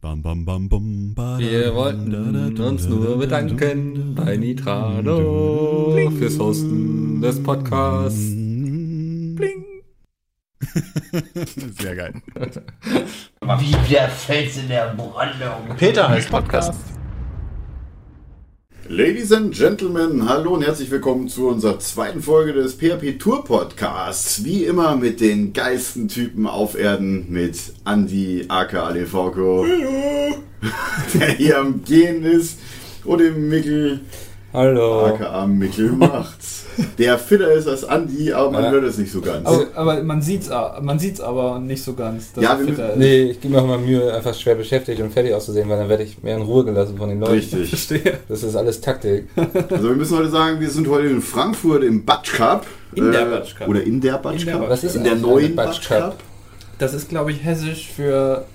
Bam, bam, bam, bam, ba, Wir da, wollten da, da, uns da, da, nur da, bedanken da, da, bei Nitrado fürs Hosten des Podcasts. Bling. Sehr geil. Wie der Fels in der Brandung. Peter heißt Podcast. Ladies and Gentlemen, hallo und herzlich willkommen zu unserer zweiten Folge des PHP Tour Podcasts. Wie immer mit den geilsten Typen auf Erden, mit Andy aka Leforko, der hier am Gehen ist, und dem Mickel Hallo. aka Mickel macht's. Der fitter ist als Andy, aber man Ja. hört es nicht so ganz. Also- Aber, Äh, aber man sieht's, a- man sieht's aber nicht so ganz, dass Ja, er wir fitter ist. Nee, ich gebe mir auch mal Mühe, einfach schwer beschäftigt und fertig auszusehen, weil dann werde ich mehr in Ruhe gelassen von den Leuten. Richtig. Verstehe. Das ist alles Taktik. Also wir müssen heute sagen, wir sind heute in Frankfurt im Batsch Cup. In der Batsch Cup. Oder in der Batsch In der Cup. Was ist in der eigentlich neuen eine Batsch Batsch Cup. Das ist, glaube ich, hessisch für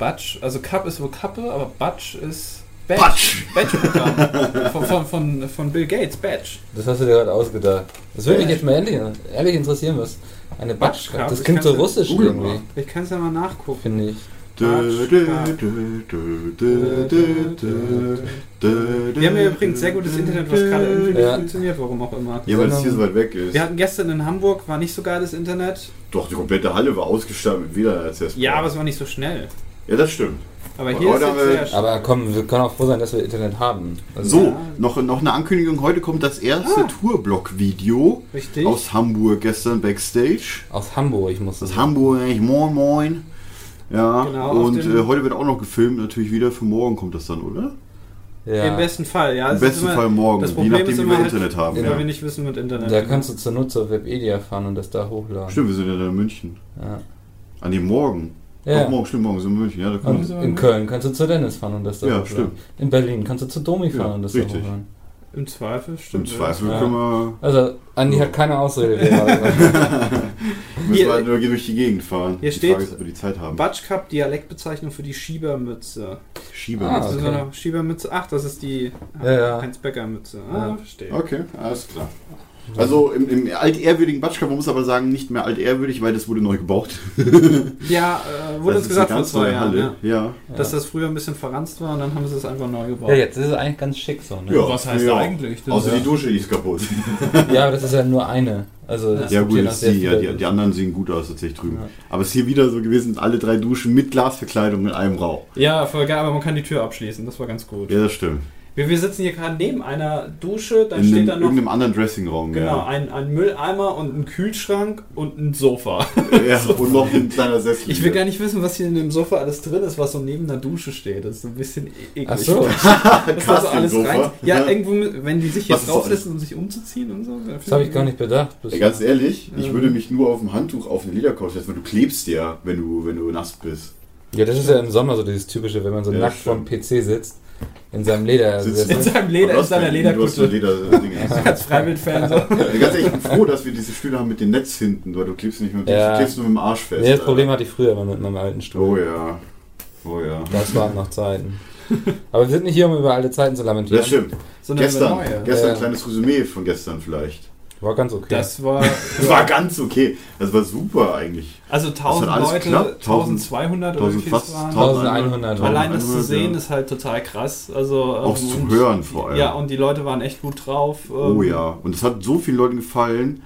Batsch. Also Cup ist wohl Kappe, aber Batsch ist Batsch. Batch-Programm. von, von, von, von Bill Gates, Batch. Das hast du dir gerade ausgedacht. Das würde mich jetzt mal ehrlich, ehrlich interessieren, was eine Batschka. Batschka, Das ich klingt so kann's- russisch Google irgendwie, mal. Ich kann es ja mal nachgucken. finde ich. Dö, Batsch dö, Cup. dö, dö, dö, dö, dö, dö, dö, Wir haben ja übrigens sehr gutes Internet, was gerade irgendwie nicht Ja. funktioniert, warum auch immer. Ja, weil es hier so weit weg ist. Wir hatten gestern in Hamburg, war nicht so geiles Internet. Doch, die komplette Halle war ausgestattet mit WLAN-Access. Ja, aber es war nicht so schnell. Ja, das stimmt. Aber Und hier ist heute jetzt haben wir- sehr schnell. Aber komm, wir können auch froh sein, dass wir Internet haben. Also, So, noch, noch eine Ankündigung. Heute kommt das erste Ah. Tourblock-Video Richtig. aus Hamburg gestern Backstage. Aus Hamburg, ich muss Das sagen. Hamburg, ne? moin moin. Ja, Genau, auf und dem- äh, heute wird auch noch gefilmt, natürlich wieder. Für morgen kommt das dann, oder? Im Ja. besten Fall, ja. Im Also es ist besten immer- Fall morgen, das je Problem nachdem, ist wie immer wir halt, Internet haben. Wenn Ja. wir nicht wissen mit Internet. Da kannst du zur Not zur Webedia fahren und das da hochladen. Stimmt, wir sind ja dann in München. Ja. An dem Morgen. Ja. Doch, morgen, stimmt, morgen sind wir in München. Ja, da kommt Und in Köln kannst du zu Dennis fahren und das da Ja, hochladen. In Berlin kannst du zu Domi fahren Ja, und das da richtig. hochladen. Im Zweifel, Im stimmt. ja. Zweifel Ja. können wir, Also, Andi hat keine Ausrede. wer war- müssen Hier- wir halt nur durch die Gegend fahren. hier die steht- Frage ist, ob wir die Zeit haben. Batsch Cup, Dialektbezeichnung für die Schiebermütze. Schieber. Ah, Das ist okay. so eine Schiebermütze. Ach, das ist die Ja, ja. Heinz-Becker-Mütze. Ah, Ja. verstehe. Okay, alles klar. Also im, im altehrwürdigen Batschka, man muss aber sagen, nicht mehr altehrwürdig, weil das wurde neu gebaut. Ja, äh, wurde das uns ist gesagt vor eine ganz zwei neue Jahren, Halle. ja, Ja. dass das früher ein bisschen verranzt war und dann haben sie es einfach neu gebaut. ja, jetzt ist es eigentlich ganz schick so. Ne? Was heißt eigentlich? Das Außer ist- die Dusche, die ist kaputt. Ja, aber das ist ja nur eine. Also es Ja gibt gut, hier noch ist sehr die, ja, viele. die, die anderen sehen gut aus tatsächlich drüben. Ja. Aber es ist hier wieder so gewesen, alle drei Duschen mit Glasverkleidung in einem Raum. Ja, voll geil, aber man kann die Tür abschließen, das war ganz gut. Ja, das stimmt. Wir, wir sitzen hier gerade neben einer Dusche, dann in steht einem, da noch irgendeinem anderen Dressingraum. genau, ja. ein, ein Mülleimer und ein Kühlschrank und ein Sofa. ja, und noch ein kleiner Sessel. Genau. Ich will gar nicht wissen, was hier in dem Sofa alles drin ist, was so neben der Dusche steht. Das ist so ein bisschen e- eklig. Ach so. Was da so alles Casting-Sofa. rein. Ja, irgendwo, mit- wenn die sich Was jetzt ist das draufsetzen, um sich umzuziehen und so. Das habe ich gar nicht bedacht. Ey, bisher. ganz ehrlich, ich Ähm. würde mich nur auf ein Handtuch auf eine Ledercouch setzen, weil du klebst ja, wenn du, wenn du nass bist. Ja, das ist ja im Sommer so dieses typische, wenn man so Ja, nackt vorm PC sitzt, in seinem Leder Sitzt- sitzt. In seinem Leder, Aber in du seiner hast ja- du hast so Lederkutte. Leder Als Freiwild-Fan so. Also ganz ehrlich, ich bin froh, dass wir diese Stühle haben mit dem Netz hinten, weil du klebst nicht mit dem, Ja. du klebst nur mit dem Arsch fest. Nee, das Alter. Problem hatte ich früher immer mit meinem alten Oh Stuhl. ja. Oh ja. Das waren noch Zeiten. Aber wir sind nicht hier, um über alte Zeiten zu lamentieren. Das stimmt. Sondern Gestern, eine neue. gestern Ja. ein kleines Resümee von gestern vielleicht. War ganz okay. Das war. Das war ganz okay. Das war super eigentlich. Also Das 1000 hat alles Leute, geklappt. 1200 oder wie 1000 viel fast es waren. 1100. 1100. Allein das zu 1100, sehen ja. ist halt total krass. Also, ähm, Auch zu und- hören vor allem. Ja, und die Leute waren echt gut drauf. ähm, Oh ja, und es hat so vielen Leuten gefallen.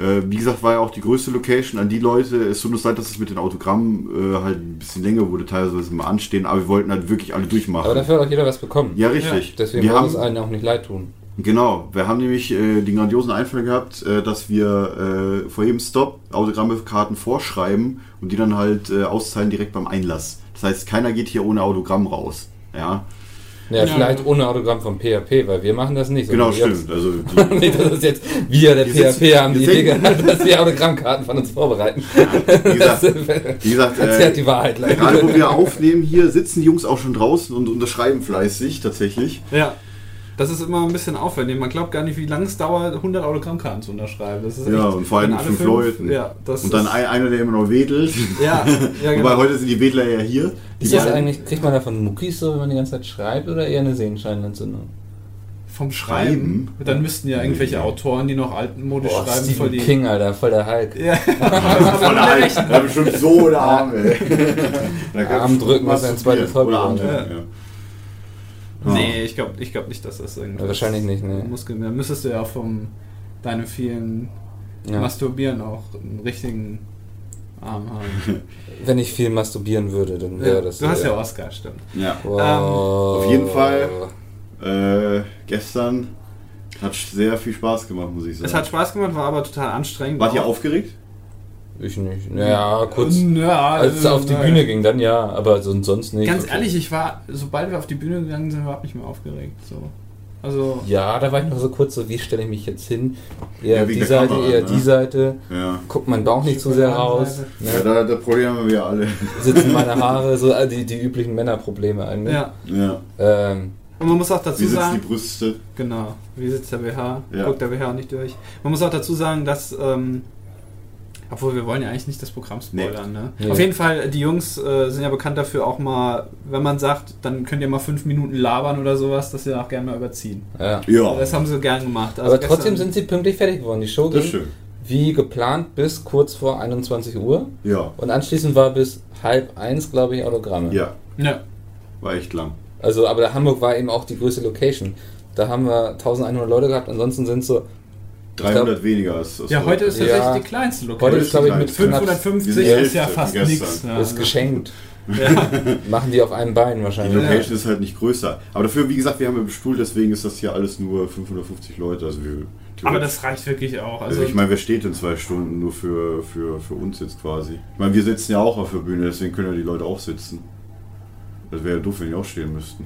Äh, wie gesagt, war ja auch die größte Location an die Leute. Es tut uns leid, dass es mit den Autogrammen äh, halt ein bisschen länger wurde, teilweise mal anstehen, aber wir wollten halt wirklich alle durchmachen. Aber dafür hat auch jeder was bekommen. ja, richtig. Deswegen wir muss es haben, allen auch nicht leid tun. genau, wir haben nämlich äh, den grandiosen Einfall gehabt, äh, dass wir äh, vor jedem Stop Autogrammkarten vorschreiben und die dann halt äh, auszahlen direkt beim Einlass. Das heißt, keiner geht hier ohne Autogramm raus. Ja, Ja, Ja. vielleicht ohne Autogramm vom PHP, weil wir machen das nicht. genau, sondern ihr stimmt. Also die, Nee, das ist jetzt wir, der Wir sitzen- PHP, haben die wir Idee sitzen- gehabt, dass wir Autogrammkarten von uns vorbereiten. wie gesagt, wie gesagt Erzählt äh, die Wahrheit Gerade wo leider. wir aufnehmen hier, sitzen die Jungs auch schon draußen und unterschreiben fleißig tatsächlich. Ja. Das ist immer ein bisschen aufwendig. Man glaubt gar nicht, wie lange es dauert, 100 Autogrammkarten zu unterschreiben. Das ist Ja, echt, und vor allem wenn alle fünf Leuten. Ja, das Und dann ist, ein, einer, der immer noch wedelt. Ja, ja Wobei genau. heute sind die Wedler ja hier. Die Ist das beiden- eigentlich, kriegt man davon Muckis so, wenn man die ganze Zeit schreibt oder eher eine Sehenscheinentzündung? vom Schreiben. Dann müssten ja irgendwelche Autoren, die noch altmodisch Boah, schreiben, voll Stephen die. King, Alter, voll der Hulk. Ja. Voll alt. Da bestimmt so der Arm, ey. Da kannst Arm du drücken ist ein zweites masturbieren. Oder Arm Hobby, drücken, ja. Ja. Nee, ich glaube ich glaub nicht, dass das irgendwie. Ja, wahrscheinlich nicht, nee. Muskeln, dann müsstest du ja vom deinem vielen Ja. Masturbieren auch einen richtigen Arm haben. Wenn ich viel masturbieren würde, dann wäre das. du hast ja Oscar, stimmt. Ja. Wow. Ähm, auf jeden Fall. Äh, gestern hat sehr viel Spaß gemacht, muss ich sagen. Es hat Spaß gemacht, war aber total anstrengend. Wart ihr aufgeregt? Äh, Ich nicht. Naja, kurz. Ja, Als es also, auf die naja. Bühne ging, dann ja, aber sonst sonst nicht. Ganz ehrlich, ich war, sobald wir auf die Bühne gegangen sind, überhaupt nicht mehr aufgeregt. So. Also, Ja, da war ich noch so kurz so, wie stelle ich mich jetzt hin? Eher Ja, wegen die der Seite, Kamera, eher ne? die Seite. Ja. Guckt mein Bauch nicht zu sehr raus. Ja, Ne? da, da Problem haben wir ja alle. Sitzen meine Haare, so all die, die üblichen Männerprobleme ein. Ne? ja. Ja. Ähm, Und man muss auch dazu Wie sitzen die sagen, Brüste? genau, wie sitzt der BH? Ja. Guckt der BH nicht durch. Man muss auch dazu sagen, dass, ähm, obwohl wir wollen ja eigentlich nicht das Programm spoilern, ne? Nee. Auf jeden Fall, die Jungs äh, sind ja bekannt dafür auch mal, wenn man sagt, dann könnt ihr mal fünf Minuten labern oder sowas, dass sie dann auch gerne mal überziehen. ja. Ja, Das haben sie gern gemacht. Also Oh. aber trotzdem gestern- sind sie pünktlich fertig geworden. Die Show das ist ging schön. wie geplant bis kurz vor 21 Uhr. Ja, Und anschließend war bis halb eins, glaube ich, Autogramme. ja, Ja. war echt lang. Also, aber Hamburg war eben auch die größte Location. Da haben wir 1100 Leute gehabt, ansonsten sind so. 300 weniger als als ja, heute ist Ja. tatsächlich die kleinste Heute Location. ist, glaube ich, mit Heute knapp- 550 Die ist ja Hälfte fast wie gestern. nichts. Ja. Ist geschenkt. Ja. Machen die auf einem Bein Die wahrscheinlich. Location ist halt nicht größer. Aber dafür, wie gesagt, wir haben ja bestuhlt, deswegen ist das hier alles nur 550 Leute. Also wir, Aber das reicht wirklich auch. also Also, ich meine, wer steht in zwei Stunden nur für, für, für uns jetzt quasi? Ich meine, wir sitzen ja auch auf der Bühne, deswegen können ja die Leute auch sitzen. Das wäre ja doof, wenn die auch stehen müssten.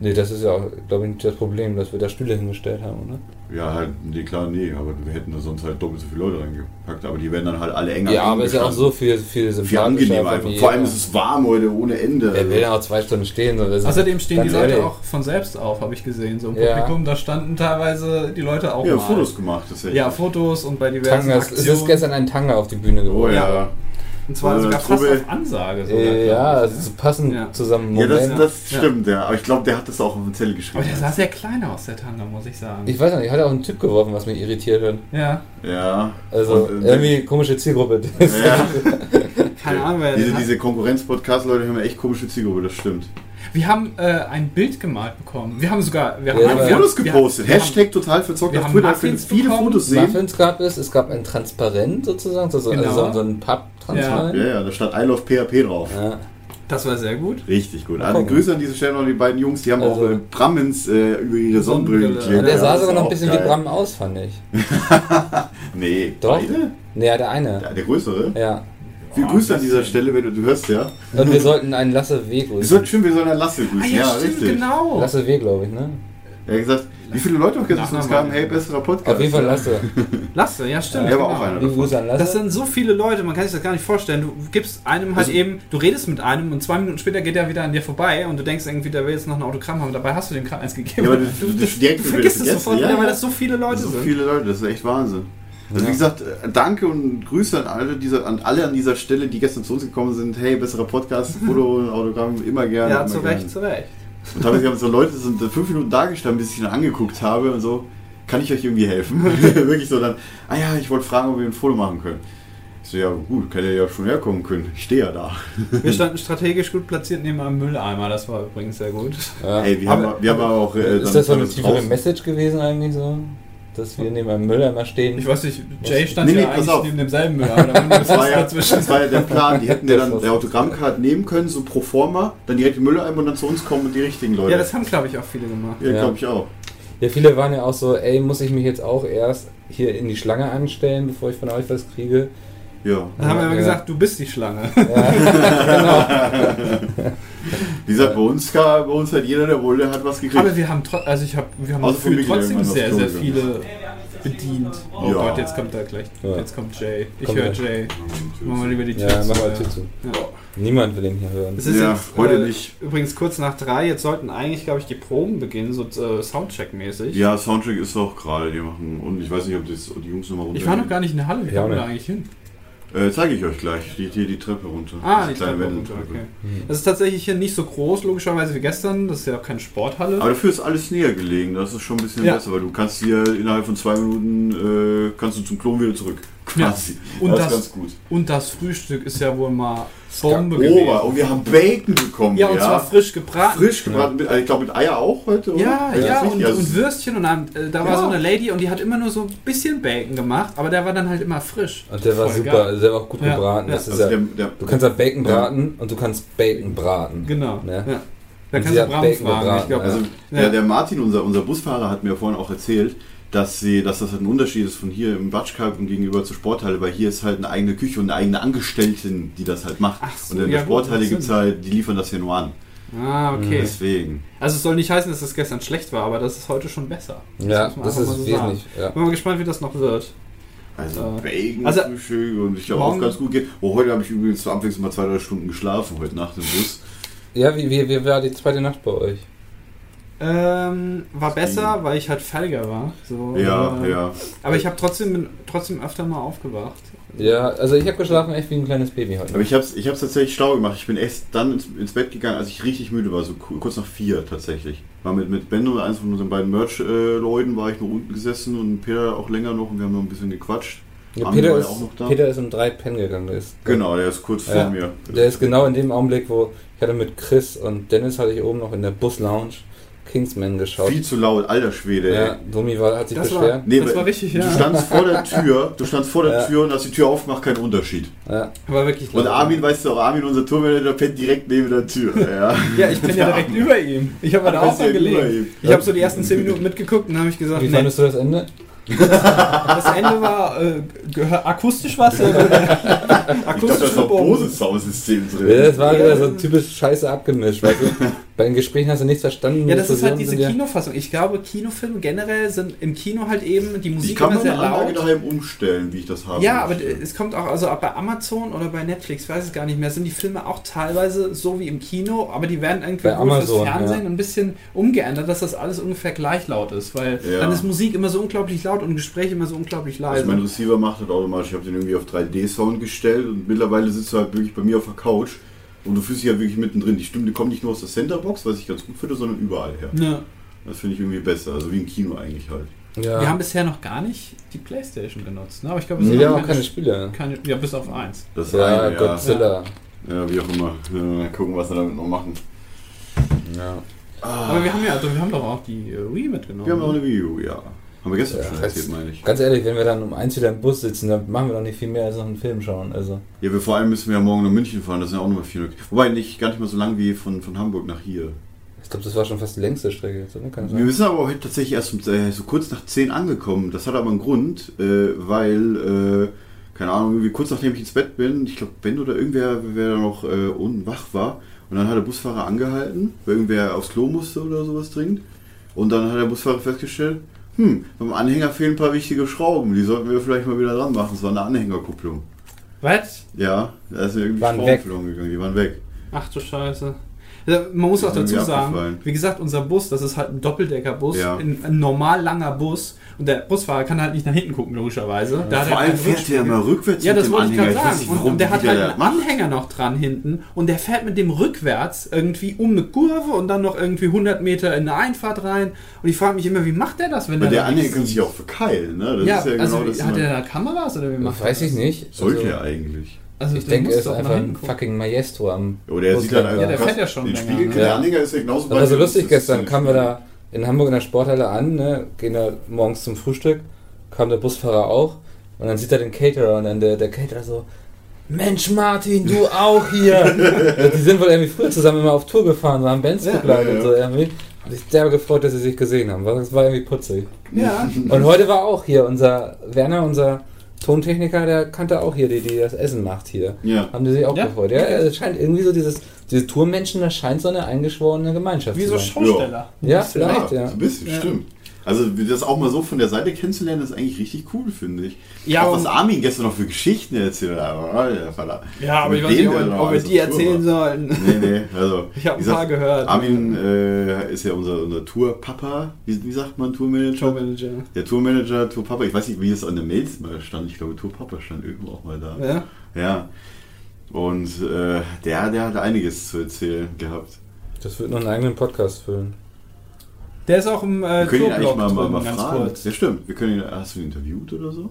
Nee, das ist ja auch, glaube ich, nicht das Problem, dass wir da Stühle hingestellt haben, oder? Ja, halt, nee, klar, nee, aber wir hätten da sonst halt doppelt so viele Leute reingepackt, aber die werden dann halt alle enger. ja, aber es ist ja auch so viel, viel Viel sympathischer. angenehmer einfach. Vor allem ist es äh, warm heute ohne Ende. Wer will ja auch zwei Stunden stehen? So, das ist- außerdem stehen die ganz Leute ehrlich. auch von selbst auf, habe ich gesehen. So im Ja. Publikum, da standen teilweise die Leute auch. ja, mal. Fotos gemacht, das ist echt. Ja, Fotos und bei diversen Tangas. Es ist Aktionen. gestern ein Tanga auf die Bühne oh geholt. ja. Und zwar Äh, sogar Trubel. fast auf Ansage. Sogar, glaub Äh, ich. ja, es ist passend Ja. zusammen. Ja, das, Moment. das Ja. stimmt, ja. Aber ich glaube, der hat das auch auf dem Zettel geschrieben. Aber der sah sehr klein aus, der Tanga, muss ich sagen. ich weiß nicht, hat auch einen Typ geworfen, was mich irritiert hat. ja, ja. Also Und, äh, irgendwie komische Zielgruppe. Ja. keine Ahnung, wer diese den hat. diese Konkurrenz-Podcast-Leute haben ja echt komische Zielgruppe, das stimmt. Wir haben äh, ein Bild gemalt bekommen. Wir haben sogar. Wir haben, Wir Ja, haben aber- Fotos wir- gepostet. wir haben- Hashtag total verzockt wir auf haben Twitter. Muffins könnt ihr viele bekommen. Fotos sehen. Muffins gab es, es gab ein Transparent sozusagen, so, so- Genau. also so, so ein Papp-Transparent. Ja, ja, da stand I love PHP drauf. Ja. Das war sehr gut. Richtig gut. Mal Also gucken. Grüße an dieser Stelle noch an die beiden Jungs, die haben Also- auch äh, Brammens äh, über ihre Sonnenbrille Sonnenbrille. geklebt. Und der Ja, sah das sogar war noch ein auch bisschen geil. wie Bram aus, fand ich. Nee, Doch? beide? Naja, der eine. Ja, der größere. Ja. Viel Grüße an dieser Stelle, wenn du, du hörst, ja. Und wir sollten einen Lasse W Wir grüßen. sollten schön, wir sollen an Lasse grüßen. Ah, ja, stimmt, richtig. genau. Lasse W, glaube ich, ne? Er hat gesagt, wie viele Leute auf gestern zu uns Nachname. kamen, hey, besserer Podcast. Auf jeden Fall Lasse. Lasse, ja, stimmt. Ja, der war genau. auch einer Liebe davon. Grüße an Das Lasse. sind so viele Leute, man kann sich das gar nicht vorstellen. Du gibst einem halt Also- eben, du redest mit einem und zwei Minuten später geht er wieder an dir vorbei und du denkst irgendwie, der will jetzt noch ein Autogramm haben. Dabei hast du dem gerade eins gegeben. Ja, aber du, du- du, du- direkt vergisst es vergessen, sofort ja, wieder, weil ja. das so viele Leute so sind. viele Leute, das ist echt Wahnsinn. Also Ja. wie gesagt, äh, danke und Grüße an alle, dieser, an alle an dieser Stelle, die gestern zu uns gekommen sind. Hey, besserer Podcast, Foto und Autogramm, immer gerne. ja, immer zu Recht, gerne. zu Recht. Und teilweise haben so Leute sind äh, fünf Minuten da gestanden, bis ich ihn angeguckt habe und so, kann ich euch irgendwie helfen? Wirklich so dann, ah ja, ich wollte fragen, ob wir ein Foto machen können. Ich so, ja gut, kann er ja schon herkommen können. Ich stehe ja da. Wir standen strategisch gut platziert neben einem Mülleimer, das war übrigens sehr gut. Ja. Hey, wir haben, wir haben aber auch... Äh, Ist das so dann- eine dann tiefere draußen- Message gewesen eigentlich so? Dass wir neben einem Mülleimer stehen? Ich weiß nicht, Jay stand Nee, nee, ja pass eigentlich auf. neben demselben Mülleimer, da waren wir Das war, fast ja, dazwischen. das war ja der Plan. Die hätten ja dann der Autogrammkarte nehmen können, so pro forma, dann direkt die Mülleimer und dann zu uns kommen und die richtigen Leute. Ja, das haben, glaube ich, auch viele gemacht. ja, Ja. glaube ich auch. Ja, viele waren ja auch so, ey, muss ich mich jetzt auch erst hier in die Schlange anstellen, bevor ich von euch was kriege? Ja. Dann haben wir Ja. immer gesagt, du bist die Schlange. Genau. Wie gesagt, bei uns, ka- bei uns hat jeder, der wollte, hat was gekriegt. Aber wir haben, tro- also ich hab, wir haben Außer von gefühlt Miguel, trotzdem wenn man sehr, aufs Klo sehr viele bedient. Oh Ja. Gott, jetzt kommt da gleich, Ja. jetzt kommt Jay. Ich Kommt höre er. Jay. Machen wir lieber die Tür Ja, zu. mach mal ja. Tür zu. Ja. Niemand will ihn hier hören. Es ist Ja, jetzt, heute äh, nicht. Übrigens kurz nach drei, jetzt sollten eigentlich, glaube ich, die Proben beginnen, so äh, Soundcheck-mäßig. ja, Soundtrack ist auch gerade, die machen. Und ich weiß nicht, ob das die Jungs nochmal runter. Ich war noch gar nicht in der Halle, wie Ja, kamen wir ne. da eigentlich hin? Äh, zeige ich euch gleich. Steht hier die Treppe runter. Ah, Diese die kleine Treppe runter, Wendeltreppe. okay. Das ist tatsächlich hier nicht so groß, logischerweise wie gestern. Das ist ja auch keine Sporthalle. Aber dafür ist alles näher gelegen. Das ist schon ein bisschen Ja. besser, weil du kannst hier innerhalb von zwei Minuten äh, kannst du zum Klo wieder zurück. Ja. Quasi. Und das, das- ist ganz gut. Und das Frühstück ist ja wohl mal Bombe Ober. gewesen. Und wir haben Bacon bekommen. Ja, und zwar frisch gebraten. frisch gebraten. Mit, ich glaube mit Eier auch heute. oder? Ja, ja, sicher. und, Also, und Würstchen und dann, äh, da war Ja. so eine Lady und die hat immer nur so ein bisschen Bacon gemacht, aber der war dann halt immer frisch. Und der war Voll super, geil. also der war auch gut Ja, gebraten. ja. Das ist also ja, der, der, du kannst ja Bacon braten und du kannst Bacon braten. Genau. Ne? Ja. Da Und kannst sie du hat Bram Bacon fragen. Ich gebraten, glaub, Also Ja. Der, der Martin, unser, unser Busfahrer, hat mir vorhin auch erzählt, dass, sie, dass das halt ein Unterschied ist von hier im Batschkalb und gegenüber zur Sporthalle, weil hier ist halt eine eigene Küche und eine eigene Angestellten, die das halt macht. Ach so, und in ja der gut, Sporthalle das gibt es stimmt. halt, die liefern das hier nur an. ah, okay. Mhm. Deswegen. Also es soll nicht heißen, dass das gestern schlecht war, aber das ist heute schon besser. Ja, muss man das einfach mal ist so sagen. wesentlich. Ja. Bin mal gespannt, wie das noch wird. Also Äh, Bacon, also- Frühstück und ich glaube auch Morgen- ganz gut geht. Oh, heute habe ich übrigens zu Anfangs mal zwei, drei Stunden geschlafen, heute Nacht im Bus. ja, wie, wie, wie war die zweite Nacht bei euch? Ähm, war besser, Mhm. weil ich halt fertiger war. So, Ja, äh, ja. Aber ich habe trotzdem, bin trotzdem öfter mal aufgewacht. Ja, also ich habe geschlafen echt wie ein kleines Baby heute. Aber ich habe es ich hab's tatsächlich schlau gemacht. Ich bin echt dann ins, ins Bett gegangen, als ich richtig müde war, so ku- kurz nach vier tatsächlich. War mit, mit Ben und eins von unseren beiden Merch-Leuten, äh, war ich noch unten gesessen und Peter auch länger noch und wir haben noch ein bisschen gequatscht. Ja, Armin Peter, war ja ist, auch noch da. Peter ist um drei pennen gegangen. Der ist, Genau, der ist kurz Ja. vor mir. Der ist genau in dem Augenblick, wo ich hatte mit Chris und Dennis hatte ich oben noch in der Bus-Lounge Kingsman geschaut. Viel zu laut, alter Schwede. ja, ey. Domi war, hat sich Das war, beschwert. Nee, das war richtig, Du ja. standst vor der Tür, du standst vor der Ja. Tür und als die Tür aufmacht, kein Unterschied. Ja, War wirklich Und laut. Armin, weißt du auch, Armin, unser Tourmanager, pennt direkt neben der Tür. Ja, Ja, ich bin ja direkt über ihm. Ich habe da Ach, auch bist ja dann über gelegen. ihm. Ich habe so die ersten 10 Minuten mitgeguckt und dann habe ich gesagt, wie nee, fandest du das Ende? das Ende war äh, gehör- akustisch was. Äh, Ich glaube, da ist akustisch auch verbogen. Boses Soundsystem drin. Ja, das war wieder so typisch scheiße abgemischt. Weißt du? Bei den Gesprächen hast du nichts verstanden. Ja, das ist halt Diskussionen diese sind ja- Kinofassung. Ich glaube, Kinofilme generell sind im Kino halt eben die Ich Musik kann immer meine sehr Anlage laut. daheim umstellen, wie ich das habe. Ja, aber möchte. es kommt auch, also bei Amazon oder bei Netflix, weiß ich gar nicht mehr, sind die Filme auch teilweise so wie im Kino, aber die werden irgendwie Bei wohl Amazon, fürs Fernsehen ja. ein bisschen umgeändert, dass das alles ungefähr gleich laut ist, weil Ja. dann ist Musik immer so unglaublich laut und Gespräche immer so unglaublich leise. Also mein Receiver macht das automatisch. Ich habe den irgendwie auf 3D-Sound gestellt und mittlerweile sitzt du halt wirklich bei mir auf der Couch und du fühlst dich ja wirklich mittendrin. Die Stimme die kommt nicht nur aus der Centerbox, was ich ganz gut finde, sondern überall her. Ne. Das finde ich irgendwie besser. Also wie im Kino eigentlich halt. Ja. Wir haben bisher noch gar nicht die Playstation benutzt, ne? aber ich glaube, Nee, sind wir noch haben auch keine Spiele. keine, ja, bis auf eins. Das Ja, eine, Godzilla. ja. ja, wie auch immer. Ja, mal gucken, was wir damit noch machen. Ja. Aber wir haben ja, also wir haben doch auch die äh, Wii mitgenommen. Wir haben auch eine Video, ja. Haben wir gestern Ja, schon das- erzählt, meine ich. Ganz ehrlich, wenn wir dann um eins wieder im Bus sitzen, dann machen wir doch nicht viel mehr als noch einen Film schauen. Also. Ja, wir vor allem müssen wir ja morgen nach München fahren, das sind ja auch nochmal 400. Wobei nicht, gar nicht mal so lang wie von, von Hamburg nach hier. Ich glaube, das war schon fast die längste Strecke. Jetzt, oder? Kann das Wir sein? sind aber heute tatsächlich erst um, äh, so kurz nach 10 angekommen. Das hat aber einen Grund, äh, weil, äh, keine Ahnung, irgendwie kurz nachdem ich ins Bett bin, ich glaube, Ben oder irgendwer, wer da noch äh, unten wach war, und dann hat der Busfahrer angehalten, weil irgendwer aufs Klo musste oder sowas dringend. Und dann hat der Busfahrer festgestellt, hm, beim Anhänger fehlen ein paar wichtige Schrauben, die sollten wir vielleicht mal wieder dran machen. Es war eine Anhängerkupplung. Was? Ja, da ist irgendwie Waren Schrauben weg. verloren gegangen, die waren weg. Ach du Scheiße. Also, Man muss auch Sind dazu mir sagen, abgefallen. wie gesagt, unser Bus, das ist halt ein Doppeldeckerbus, Ja. ein, ein normal langer Bus und der Busfahrer kann halt nicht nach hinten gucken, logischerweise. Da hat Vor er allem keinen fährt der Rückspiegel. immer rückwärts Ja, mit das dem wollte ich Anhänger. gerade Ich weiß sagen. nicht, und, warum und der die hat wieder halt da einen machen. Anhänger noch dran hinten und der fährt mit dem rückwärts irgendwie um eine Kurve und dann noch irgendwie 100 Meter in eine Einfahrt rein. Und ich frage mich immer, wie macht der das, wenn Weil der der da nichts Anhänger kann sieht? sich auch verkeilen, ne? Das ja, ist ja genau also das. hat immer- er da Kameras oder wie macht Weiß er ich das? nicht. Sollte also, er eigentlich. Also Ich der denke, muss er ist doch nach einfach hinten ein gucken. fucking Maestro am. Oder er sieht halt einfach Ja, der krass, fährt ja schon den länger, Spiegel, ne? der Ja. Anhänger ist ja genauso Das war so wie uns. lustig Das ist gestern. nicht Kamen wir da in Hamburg in der Sporthalle an, ne, gehen da morgens zum Frühstück, kam der Busfahrer auch und dann sieht er den Caterer und dann der, der Caterer so. Mensch, Martin, du auch hier! Ja, die sind wohl irgendwie früher zusammen immer auf Tour gefahren, waren Bands Ja. begleitet Ja, ja. und so irgendwie. Hat sich sehr gefreut, dass sie sich gesehen haben. Das war irgendwie putzig. Ja, Und heute war auch hier unser Werner, unser Tontechniker, der kannte auch hier, die, die das Essen macht hier. Ja. Haben die sich auch Ja? gefreut. Ja, es scheint irgendwie so dieses, diese Tourmenschen, das scheint so eine eingeschworene Gemeinschaft wie zu so sein. Schausteller. Ja, vielleicht, ja. So ein bisschen, Ja. stimmt. Also das auch mal so von der Seite kennenzulernen, ist eigentlich richtig cool, finde ich. Ja, auch was und- Armin gestern noch für Geschichten erzählt hat. aber, Alter, Vater. Ja, aber Mit ich weiß nicht, dem ob, der wir- noch ob wir alles die auf Tour erzählen war. sollen. Nee, nee, also. Ich habe wie ein gesagt, paar gehört. Armin äh, ist ja unser, unser Tourpapa. Wie, wie sagt man Tourmanager? Showmanager. Der Tourmanager, Tourpapa. Ich weiß nicht, wie es an den Mails mal stand. Ich glaube, Tourpapa stand irgendwo auch mal da. Ja? Ja. Und äh, der, der hat einiges zu erzählen gehabt. Das wird noch einen eigenen Podcast füllen. Der ist auch im äh, Wir können ihn eigentlich Tourblock mal, mal, drin, mal ganz fragen. kurz. Ja, stimmt. Wir können ihn, hast du ihn interviewt oder so?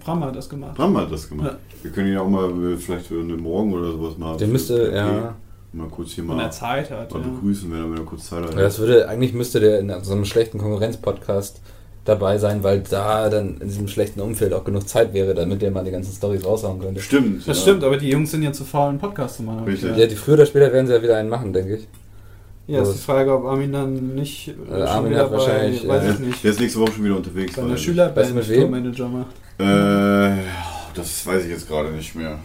Bram hat das gemacht. Bram hat das gemacht. Ja. Wir können ihn auch mal äh, vielleicht für einen morgen oder sowas mal. Der müsste, Okay. ja. Mal kurz hier Wenn mal, er Zeit hat. mal Ja. begrüßen, wenn er, wenn er kurz Zeit hat. Ja, Das würde, eigentlich müsste der in so einem schlechten Konkurrenz-Podcast dabei sein, weil da dann in diesem schlechten Umfeld auch genug Zeit wäre, damit der mal die ganzen Storys raushauen könnte. stimmt. Das ja. stimmt, aber die Jungs sind ja zu faul, einen Podcast zu machen. hab ich Richtig. Ja, gehört. die früher oder später werden sie ja wieder einen machen, denke ich. Ja, ist die Frage, ob Armin dann nicht. äh, Äh, Armin wieder hat wahrscheinlich, äh, Bei, weiß Der, ich nicht. der ist nächste Woche schon wieder unterwegs. Bei einer weiß Weißt ich. du Schülerband mit wem? Tourmanager macht. Äh, das weiß ich jetzt gerade nicht mehr.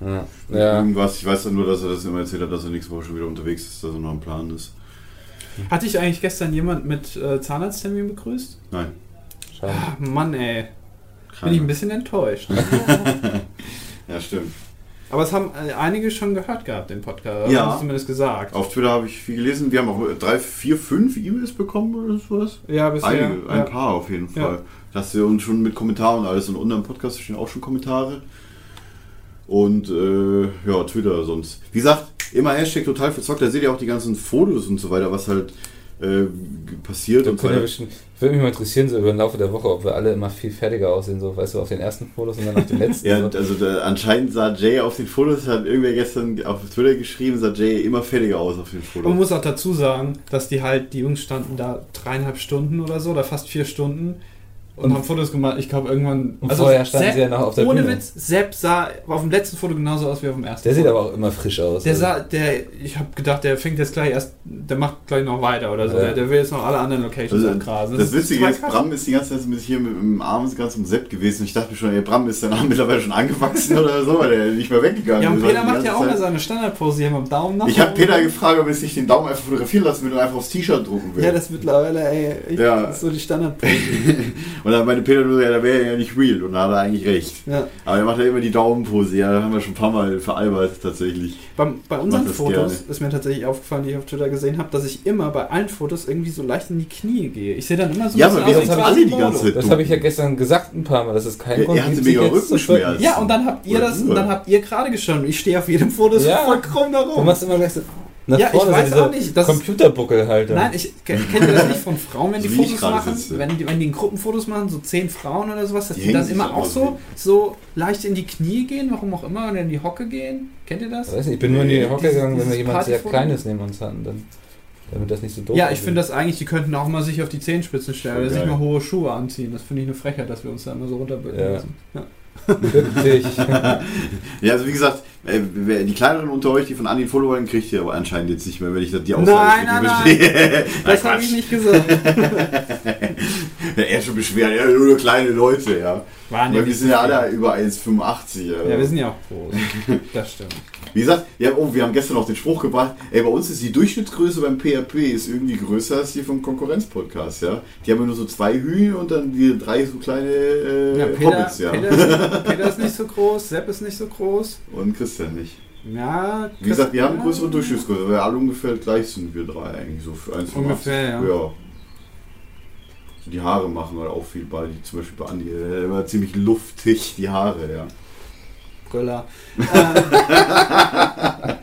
Ja. ja. Irgendwas, ich weiß dann nur, dass er das immer erzählt hat, dass er nächste Woche schon wieder unterwegs ist, dass er noch am Plan ist. Hatte ich eigentlich gestern jemand mit äh, Zahnarzttermin begrüßt? Nein. Schade. Ach, Mann, ey. Bin keiner. ich ein bisschen enttäuscht. ja, stimmt. Aber es haben äh, einige schon gehört gehabt, den Podcast. Ja. Haben es zumindest gesagt. Auf Twitter habe ich viel gelesen. Wir haben auch drei, vier, fünf E-Mails bekommen oder sowas. Ja, bisher. Einige, ein ja. paar auf jeden Ja. Fall. Dass wir uns schon mit Kommentaren und alles und unter dem Podcast stehen auch schon Kommentare. Und äh, ja, Twitter sonst. Wie gesagt, immer Hashtag total verzockt. Da seht ihr auch die ganzen Fotos und so weiter, was halt äh, passiert Da und so können wir weiter. bestimmt, würde mich mal interessieren, so über den Laufe der Woche, ob wir alle immer viel fertiger aussehen, so, weißt du, auf den ersten Fotos und dann auf den letzten. Ja, so. also da, anscheinend sah Jay auf den Fotos, hat irgendwer gestern auf Twitter geschrieben, sah Jay immer fertiger aus auf den Fotos. Man muss auch dazu sagen, dass die halt, die Jungs standen da dreieinhalb Stunden oder so, oder fast vier Stunden und, haben Fotos gemacht. Ich glaube, irgendwann. also Und vorher standen sie ja noch auf der Ohne Bühne. Witz, Sepp sah auf dem letzten Foto genauso aus wie auf dem ersten. der sieht Foto. aber auch immer frisch aus. Der also. sah, der, ich habe gedacht, der fängt jetzt gleich erst, der macht gleich noch weiter oder so. Ja. Der, der will jetzt noch alle anderen Locations Also, abgrasen. Das, Witzige total ist, krass. Bram ist die ganze Zeit mit hier mit dem Arm ganz um Sepp gewesen. Ich dachte mir schon, ey, Bram ist dein Arm mittlerweile schon angewachsen oder so, weil der nicht mehr weggegangen Ja, und ist. Peter Also, Die macht ganze ja auch Zeit- mal seine Standardpose hier mit dem Daumen nach Ich habe oben. Peter gefragt, ob er sich den Daumen einfach fotografieren lassen will und einfach aufs T-Shirt drucken will. Ja, das mittlerweile, ey. Ich, Ja. Das ist so die Standardpose. und dann meinte Peter nur, ja, da wäre er ja nicht real. Und da hat er eigentlich recht. ja. Aber er macht ja immer die Daumenpose. Ja, da haben wir schon ein paar Mal veralbert tatsächlich. Bei, bei unseren das Fotos gerne. ist mir tatsächlich aufgefallen, die ich auf Twitter gesehen habe, dass ich immer bei allen Fotos irgendwie so leicht in die Knie gehe. Ich sehe dann immer so Ja, ein aber bisschen wir aus, haben als wäre uns alle ich die ein ganze Model. Zeit Das habe ich ja gestern gesagt ein paar Mal, das ist kein Er- Grund. er hatte sich mega jetzt zu Rückenschmerzen. schmücken. Ja, und dann habt ihr das, und dann habt ihr gerade gestanden. Ich stehe auf jedem Foto so Ja. voll krumm da Du rum. machst immer gleich so nach Ja, ich vorne, so weiß diese auch nicht, das- Computerbuckel halt. Nein, ich kennt ihr das nicht von Frauen, wenn die So wie ich Fotos gerade machen, sitze. wenn die, wenn die in Gruppenfotos machen, so zehn Frauen oder sowas, dass Die die, hängen dann sich immer so auch aus so, so leicht in die Knie gehen, warum auch immer, oder in die Hocke gehen. Kennt ihr das? ich, weiß nicht, ich bin nur in die Nee, Hocke gegangen, wenn dieses wir jemand sehr Partyfoto. Kleines neben uns hatten, dann, damit das nicht so doof Ja, ich aussieht. finde das eigentlich, die könnten auch mal sich auf die Zehenspitzen stellen also Voll oder sich geil. mal hohe Schuhe anziehen. Das finde ich eine Frechheit, dass wir uns da immer so runterbücken Ja. müssen. Ja. Wirklich. Ja, also wie gesagt, äh, wer- die kleineren unter euch, die von Andi Follow wollen, kriegt ihr aber anscheinend jetzt nicht mehr, wenn ich das die Nein, Aussage nein, nein. Das habe ich nicht gesagt. Er ist schon beschwert, ja, nur kleine Leute, ja. Waren Weil wir sind ja alle über 1,85. Also. Ja, wir sind ja auch groß. Das stimmt. Wie gesagt, ja, oh, wir haben gestern noch den Spruch gebracht, ey, bei uns ist die Durchschnittsgröße beim PHP ist irgendwie größer als die vom Konkurrenzpodcast, ja. Die haben ja nur so zwei Hühn und dann die drei so kleine äh, Ja, Peter, Hobbits, ja. Peter, ist, Peter ist nicht so groß, Sepp ist nicht so groß. Und Christian nicht. Ja, Wie gesagt, wir haben eine größere Durchschnittsgröße, weil alle ungefähr gleich sind wir drei eigentlich, so für 1,85. Ungefähr, ja. ja. Die Haare machen halt auch viel bei, die zum Beispiel bei Andi, äh, immer ziemlich luftig, die Haare, ja. Brüller. Ähm,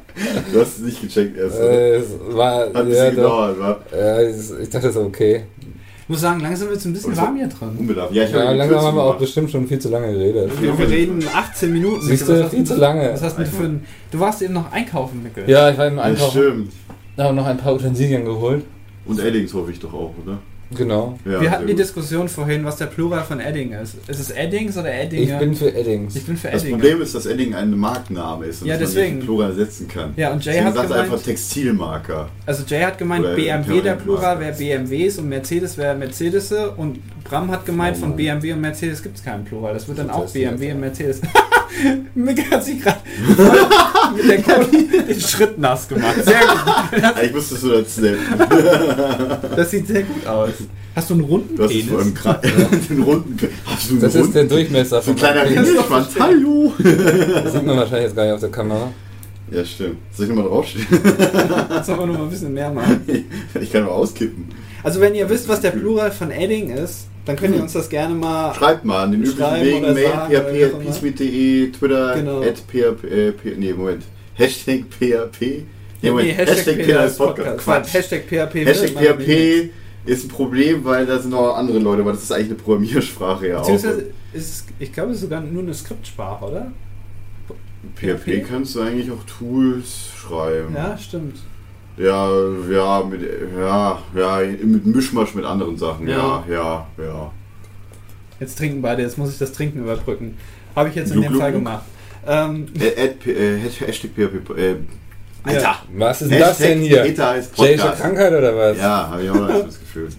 Du hast es nicht gecheckt erst. oder? Äh, es war, Hat ein ja, bisschen doch, gedauert, war. ja, es- ich dachte so, okay. ich muss sagen, langsam wird es ein bisschen Und so- warm hier drin. Unbedarf. Ja, ich Ja, die langsam Kürze haben wir auch gemacht. bestimmt schon viel zu lange geredet. Wir, wir reden 18 Minuten. Siehst Was du, hast viel du- zu lange. Was hast du denn für ein. Du warst eben noch einkaufen, Mickel. Ja, ich war im Das Einkaufen, stimmt. habe noch ein paar Utensilien geholt. Und Eddings hoffe ich doch auch, oder? Genau. Ja, wir hatten die sehr gut. Diskussion vorhin, was der Plural von Edding ist. Ist es Eddings oder Eddinger? Ich bin für Eddings. ich bin für Das Eddinger. Problem ist, dass Edding ein Markenname ist und Ja, dass deswegen. man den Plural setzen kann. Ja, und Jay Deswegen hat sagt er gemeint- einfach Textilmarker. Also Jay hat gemeint, Oder BMW der Imperial Plural wäre Masters. BMWs und Mercedes wäre Mercedese und Bram hat gemeint, Oh von Mann. BMW und Mercedes gibt es keinen Plural. Das wird dann Das auch heißt BMW nicht, und Mercedes. Mick hat sich gerade mit der Kohle den Schritt nass gemacht. Sehr gut. Eigentlich müsstest du das nennen. Das sieht sehr gut aus. Hast du einen runden Du hast es vor Penis? allem gerade. den runden. Hast du einen Das ist runden? der Durchmesser So von ein kleiner meinem Penis. Riesenschwanz. Hallo! Das sieht man wahrscheinlich jetzt gar nicht auf der Kamera. Ja, stimmt. Soll ich nochmal draufstehen? Kannst aber noch mal ein bisschen mehr machen. Ich kann nur auskippen. Also wenn ihr wisst, was der Plural von Edding ist, dann könnt ihr uns das gerne mal... Schreibt mal an den üblichen Schreiben Wegen, oder Mail, sagen oder PHP, was auch peacemeet.de, Twitter, Genau. at PHP, äh, P- nee, Moment, Hashtag PHP, nee, Moment, Hashtag, PHP PHP ist Podcast, Quatsch. Hashtag, Hashtag PHP. will man PHP nicht. ist ein Problem, weil da sind noch andere Leute, weil das ist eigentlich eine Programmiersprache ja auch. Beziehungsweise, ist, es- ich glaube, es ist sogar nur eine Skriptsprache, oder? Und PHP kannst du eigentlich auch Tools schreiben. Ja, stimmt. Ja, ja, mit, ja, ja, mit Mischmasch mit anderen Sachen. Ja, ja, ja. Jetzt trinken beide, jetzt muss ich das Trinken überbrücken. Habe ich jetzt in Gluck, dem gluck, Fall gluck. gemacht. Ähm, Äh, at, P- äh, Hashtag PHP, äh, Alter, Ja. Was ist denn das Hashtag denn hier? Peter heißt Jayische Podcast. Krankheit oder was? Ja, habe ich auch noch das Gefühl.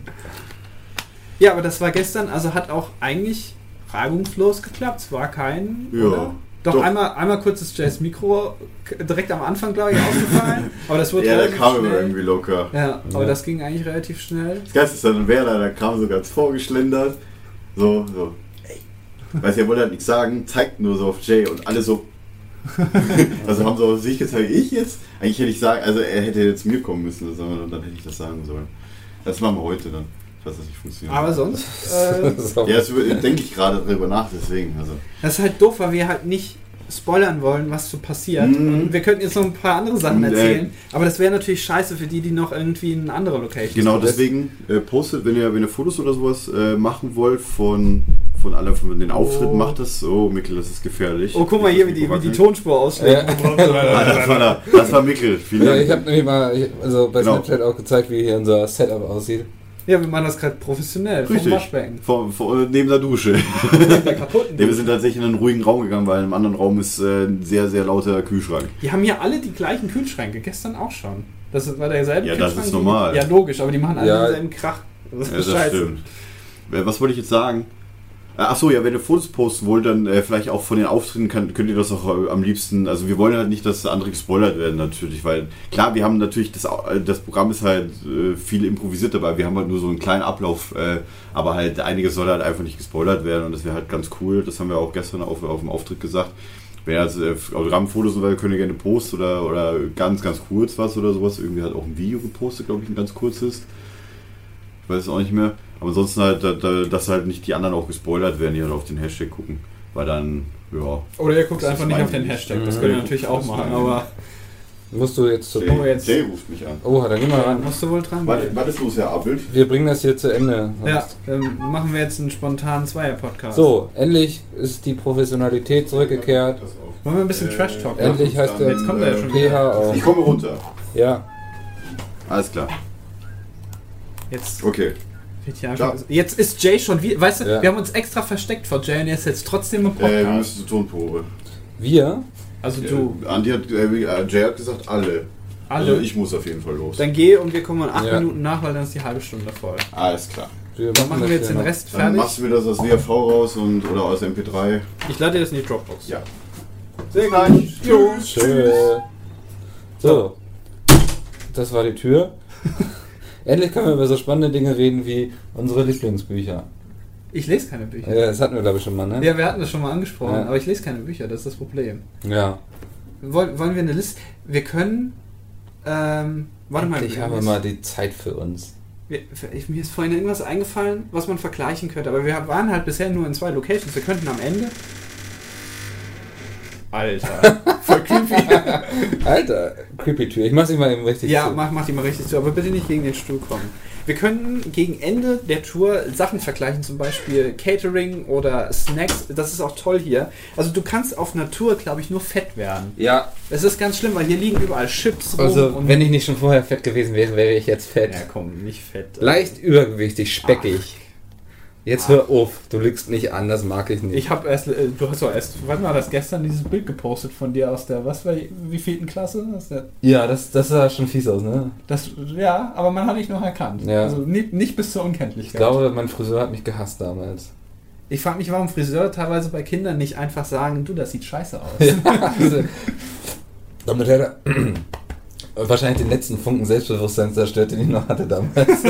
ja, aber das war gestern, also hat auch eigentlich reibungslos geklappt. Es war kein. Ja. Oder? Doch, Doch. Einmal, einmal kurz ist Jays Mikro k- direkt am Anfang, glaube ich, ausgefallen. Aber das wurde Ja, der relativ kam immer schnell. irgendwie locker. Ja, aber Ja. das ging eigentlich relativ schnell. Das Geilste ist dann, wer da kam so ganz vorgeschlendert. So, so. Ey. Weiß ihr, wollte halt nichts sagen, zeigt nur so auf Jay und alle so. also haben so auf sich gezeigt, ich jetzt? Eigentlich hätte ich sagen, also er hätte jetzt mir kommen müssen, das haben wir- dann hätte ich das sagen sollen. Das machen wir heute dann, falls das nicht funktioniert. Aber sonst. Äh, So. ja, das über- denke ich gerade drüber nach, deswegen. Also, Das ist halt doof, weil wir halt nicht spoilern wollen, was so passiert. Mhm. Und wir könnten jetzt noch ein paar andere Sachen Nee. erzählen, aber das wäre natürlich scheiße für die, die noch irgendwie in eine andere Location genau deswegen äh, postet, wenn ihr, wenn ihr Fotos oder sowas äh, machen wollt von, von allen von den Auftritten, Oh. macht das. Oh, Mikkel, das ist gefährlich. Oh, guck mal hier, wie die, wie die Tonspur ausschlägt. Ja. Ah, das, war der, das war Mikkel. Vielen Ja, Dank. ich habe nämlich mal ich, also bei Genau. Snapchat auch gezeigt, wie hier unser Setup aussieht. Ja, wir machen das gerade professionell. Vom Richtig. Waschbecken. vor, vor, neben der Dusche. Mit der kaputten. Nee, wir sind tatsächlich in einen ruhigen Raum gegangen, weil in einem anderen Raum ist äh, ein sehr, sehr lauter Kühlschrank. Die haben hier alle die gleichen Kühlschränke, gestern auch schon. Das war derselbe Ja, das Kühlschrank. ist normal. Ja, logisch, aber die machen alle Ja. denselben Krach. Das ist Ja, das scheiße. stimmt. Äh, Was wollte ich jetzt sagen? Achso, ja, wenn ihr Fotos posten wollt, dann äh, vielleicht auch von den Auftritten kann, könnt ihr das auch äh, am liebsten. Also, wir wollen halt nicht, dass andere gespoilert werden, natürlich, weil klar, wir haben natürlich das, Au- äh, das Programm ist halt äh, viel improvisiert dabei. Wir haben halt nur so einen kleinen Ablauf, äh, aber halt einiges soll halt einfach nicht gespoilert werden und das wäre halt ganz cool. Das haben wir auch gestern auf, auf dem Auftritt gesagt. Wenn ihr also äh, Autogrammfotos oder könnt ihr gerne posten oder, oder ganz, ganz kurz was oder sowas. Irgendwie hat auch ein Video gepostet, glaube ich, ein ganz kurzes. Ich weiß es auch nicht mehr. Aber ansonsten halt, da, da, dass halt nicht die anderen auch gespoilert werden, die halt auf den Hashtag gucken. Weil dann, ja. Oder ihr guckt Das ist einfach nicht auf den mein- Hashtag. Mhm. Das könnt ihr natürlich auch Das ist machen, mein- aber Musst du jetzt zu. Jay- wir jetzt- Jay ruft mich an. Oh, dann geh mal da ran. musst du wohl dran Warte, gehen. warte, es muss ja abbild. Wir bringen das hier zu Ende. Ja, dann machen wir jetzt einen spontanen Zweier-Podcast. So, endlich ist die Professionalität zurückgekehrt. Wollen wir ein Äh, bisschen ne? Trash-Talk machen? Endlich heißt der Jetzt kommt er ja schon PH wieder. auch. Ich komme runter. Ja, Alles klar. Jetzt, Okay. wird hier einfach, jetzt ist Jay schon wieder. Weißt du, Ja. wir haben uns extra versteckt vor Jay und er ist jetzt trotzdem im Äh, wir Podcast. müssen zur Tonprobe. wir. also du, Äh, Andi hat, äh, Jay hat gesagt, alle. alle. Also ich muss auf jeden Fall los. dann geh und wir kommen in acht Ja. Minuten nach, weil dann ist die halbe Stunde voll. Alles klar. wir Dann machen das wir jetzt hier den noch. Rest Dann machst fertig. du mir das aus WAV raus und, oder aus MP3. Ich lade dir das in die Dropbox. Ja. Sehr gleich. Tschüss. Tschö. So, das war die Tür. Endlich können wir über so spannende Dinge reden wie unsere Lieblingsbücher. Ich lese keine Bücher. Ja, das hatten wir, glaube ich, schon mal, ne? Ja, wir hatten das schon mal angesprochen, Ja. aber ich lese keine Bücher, das ist das Problem. ja. Wollen, wollen wir eine Liste? Wir können. Ähm, warte mal. Ich wir- habe mal die Zeit für uns. Wir, ich- mir ist vorhin irgendwas eingefallen, was man vergleichen könnte, aber wir waren halt bisher nur in zwei Locations. Wir könnten am Ende. Alter. Voll creepy. Alter, creepy Tür. Ich mach's nicht mal eben richtig ja, zu. mach, mach die mal richtig zu, aber bitte nicht gegen den Stuhl kommen. Wir könnten gegen Ende der Tour Sachen vergleichen, zum Beispiel Catering oder Snacks. Das ist auch toll hier. Also du kannst auf einer Tour, glaube ich, nur fett werden. Ja, Es ist ganz schlimm, weil hier liegen überall Chips rum also wenn ich nicht schon vorher fett gewesen wäre, wäre ich jetzt fett. Ja komm, nicht fett. Ah. Leicht übergewichtig, speckig. Jetzt hör auf, du lügst nicht an, das mag ich nicht. Ich habe erst, äh, du hast doch erst, wann war das gestern, dieses Bild gepostet von dir aus der, was war, wie vielten Klasse? Aus der, ja, das, das sah schon fies aus, ne? das, ja, aber man hat dich noch erkannt. Ja. Also nicht, nicht bis zur Ich Unkenntlichkeit. glaube, mein Friseur hat mich gehasst damals. Ich frage mich, warum Friseure teilweise bei Kindern nicht einfach sagen, du, das sieht scheiße aus. Also, Damit hat er wahrscheinlich den letzten Funken Selbstbewusstsein zerstört, den ich noch hatte damals.